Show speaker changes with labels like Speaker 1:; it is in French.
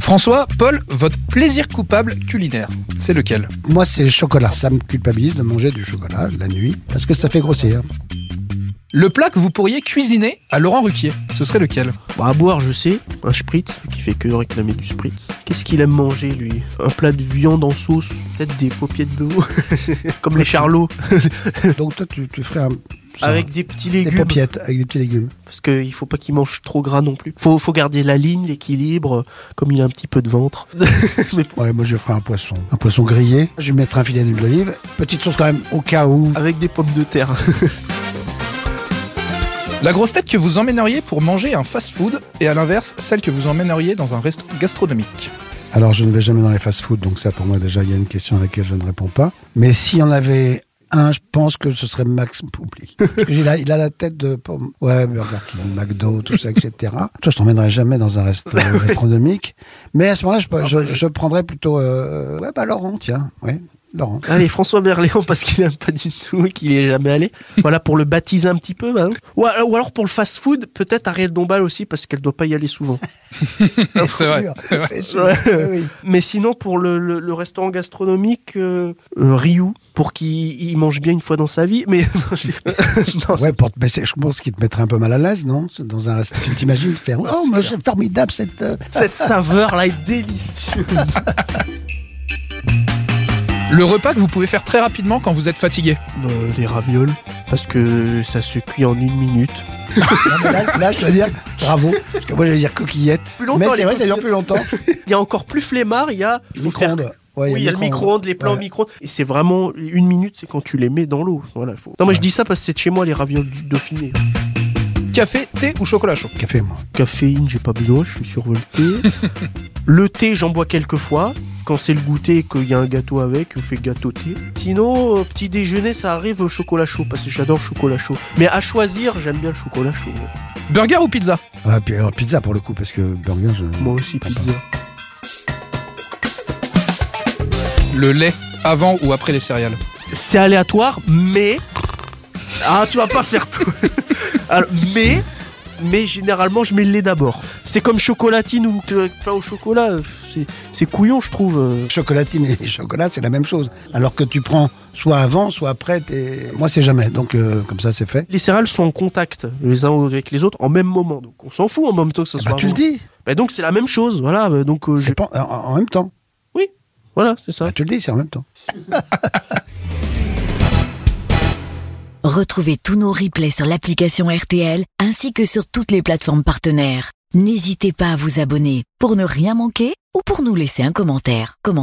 Speaker 1: François, Paul, votre plaisir coupable culinaire, c'est lequel
Speaker 2: Moi, c'est le chocolat. Ça me culpabilise de manger du chocolat la nuit parce que ça fait grossir.
Speaker 1: Le plat que vous pourriez cuisiner à Laurent Ruquier, ce serait lequel
Speaker 3: Bah, à boire, je sais, un spritz, qui fait que réclamer du spritz. Qu'est-ce qu'il aime manger, lui Un plat de viande en sauce, peut-être des paupières de veau, comme les charlots,
Speaker 2: Donc toi, tu, tu ferais un, ça,
Speaker 3: avec des petits
Speaker 2: des
Speaker 3: légumes.
Speaker 2: papillettes avec des petits légumes.
Speaker 3: parce qu'il faut pas qu'il mange trop gras non plus. Faut, faut garder la ligne, l'équilibre, comme il a un petit peu de ventre.
Speaker 2: Ouais, moi, je ferais un poisson. Un poisson grillé. Je vais mettre un filet d'huile d'olive. Petite sauce quand même au cas où.
Speaker 3: Avec des pommes de terre.
Speaker 1: La grosse tête que vous emmèneriez pour manger un fast-food et à l'inverse, celle que vous emmèneriez dans un resto gastronomique.
Speaker 2: Alors, je ne vais jamais dans les fast-foods, donc ça, pour moi, déjà, il y a une question à laquelle je ne réponds pas. Mais s'il y en avait un, je pense que ce serait Max Poubli. il, a, il a la tête de... pomme. Ouais, Burger King, McDo, tout ça, etc. Toi, je t'emmènerais jamais dans un rest- gastronomique. Mais à ce moment-là, je, je, je prendrais plutôt... euh, Ouais, bah Laurent, tiens. Ouais, Laurent.
Speaker 3: Allez, François Berléand, parce qu'il aime pas du tout, qu'il y est jamais allé. Voilà, pour le baptiser un petit peu. bah, hein. ou, a- ou alors pour le fast-food, peut-être Ariel Dombal aussi, parce qu'elle doit pas y aller souvent.
Speaker 1: C'est vrai.
Speaker 2: Sûr, C'est sûr.
Speaker 3: Ouais.
Speaker 2: Oui, oui.
Speaker 3: Mais sinon, pour le, le- le restaurant gastronomique, euh, euh, Ryu, pour qu'il il mange bien une fois dans sa vie. Mais non, je- non,
Speaker 2: Ouais, pour te- mais c'est- je pense qu'il te mettrait un peu mal à l'aise, non Dans un rest- tu t'imagines faire Oh, mais c'est formidable cette. euh,
Speaker 3: cette saveur-là est délicieuse.
Speaker 1: Le repas que vous pouvez faire très rapidement quand vous êtes fatigué.
Speaker 3: Euh, les ravioles, parce que ça se cuit en une minute.
Speaker 2: Non, mais là, là, je dois dire bravo. Parce que moi, j'allais dire coquillette.
Speaker 3: Plus longtemps,
Speaker 2: mais c'est
Speaker 3: les
Speaker 2: vrai, ça dure plus longtemps.
Speaker 3: Il y a encore plus flemmard, il y a... il faut faire-
Speaker 2: Micro-ondes. Ouais,
Speaker 3: Oui, il y a le micro-ondes, les plats au
Speaker 2: Ouais.
Speaker 3: micro-ondes. Et c'est vraiment une minute, c'est quand tu les mets dans l'eau. Voilà, faut... Non, mais je dis ça parce que c'est de chez moi, les ravioles du Dauphiné.
Speaker 1: Café, thé ou chocolat chaud
Speaker 2: Café, moi.
Speaker 3: Caféine, j'ai pas besoin, je suis survolté. le thé, j'en bois quelques fois. Quand c'est le goûter et qu'il y a un gâteau avec, on fait gâteau thé. Sinon, euh, petit déjeuner, ça arrive au chocolat chaud, parce que j'adore le chocolat chaud. Mais à choisir, j'aime bien le chocolat chaud. ouais.
Speaker 1: Burger ou pizza
Speaker 2: Ah, puis, alors, pizza pour le coup, parce que burger, je.
Speaker 3: Moi aussi, pizza.
Speaker 1: Le lait, avant ou après les céréales.
Speaker 3: c'est aléatoire, mais. Ah, tu vas pas faire tout. Alors, mais. Mais généralement, je mets le lait d'abord. C'est comme chocolatine ou que- pain au chocolat. C'est, c'est couillon, je trouve. euh.
Speaker 2: Chocolatine et chocolat, c'est la même chose. Alors que tu prends soit avant, soit après. t'es- Moi, c'est jamais. Donc, euh, comme ça, c'est fait.
Speaker 3: Les céréales sont en contact les uns avec les autres en même moment. Donc, on s'en fout en même temps que ça
Speaker 2: Ah
Speaker 3: soit.
Speaker 2: bah, tu le
Speaker 3: avant.
Speaker 2: dis.
Speaker 3: Bah, donc, c'est la même chose. Voilà. bah, Donc, euh,
Speaker 2: C'est
Speaker 3: je-
Speaker 2: pas- en, en même temps.
Speaker 3: voilà, c'est ça.
Speaker 2: Bah, tu le dis, c'est en même temps.
Speaker 4: Retrouvez tous nos replays sur l'application RTL ainsi que sur toutes les plateformes partenaires. N'hésitez pas à vous abonner pour ne rien manquer ou pour nous laisser un commentaire. Comment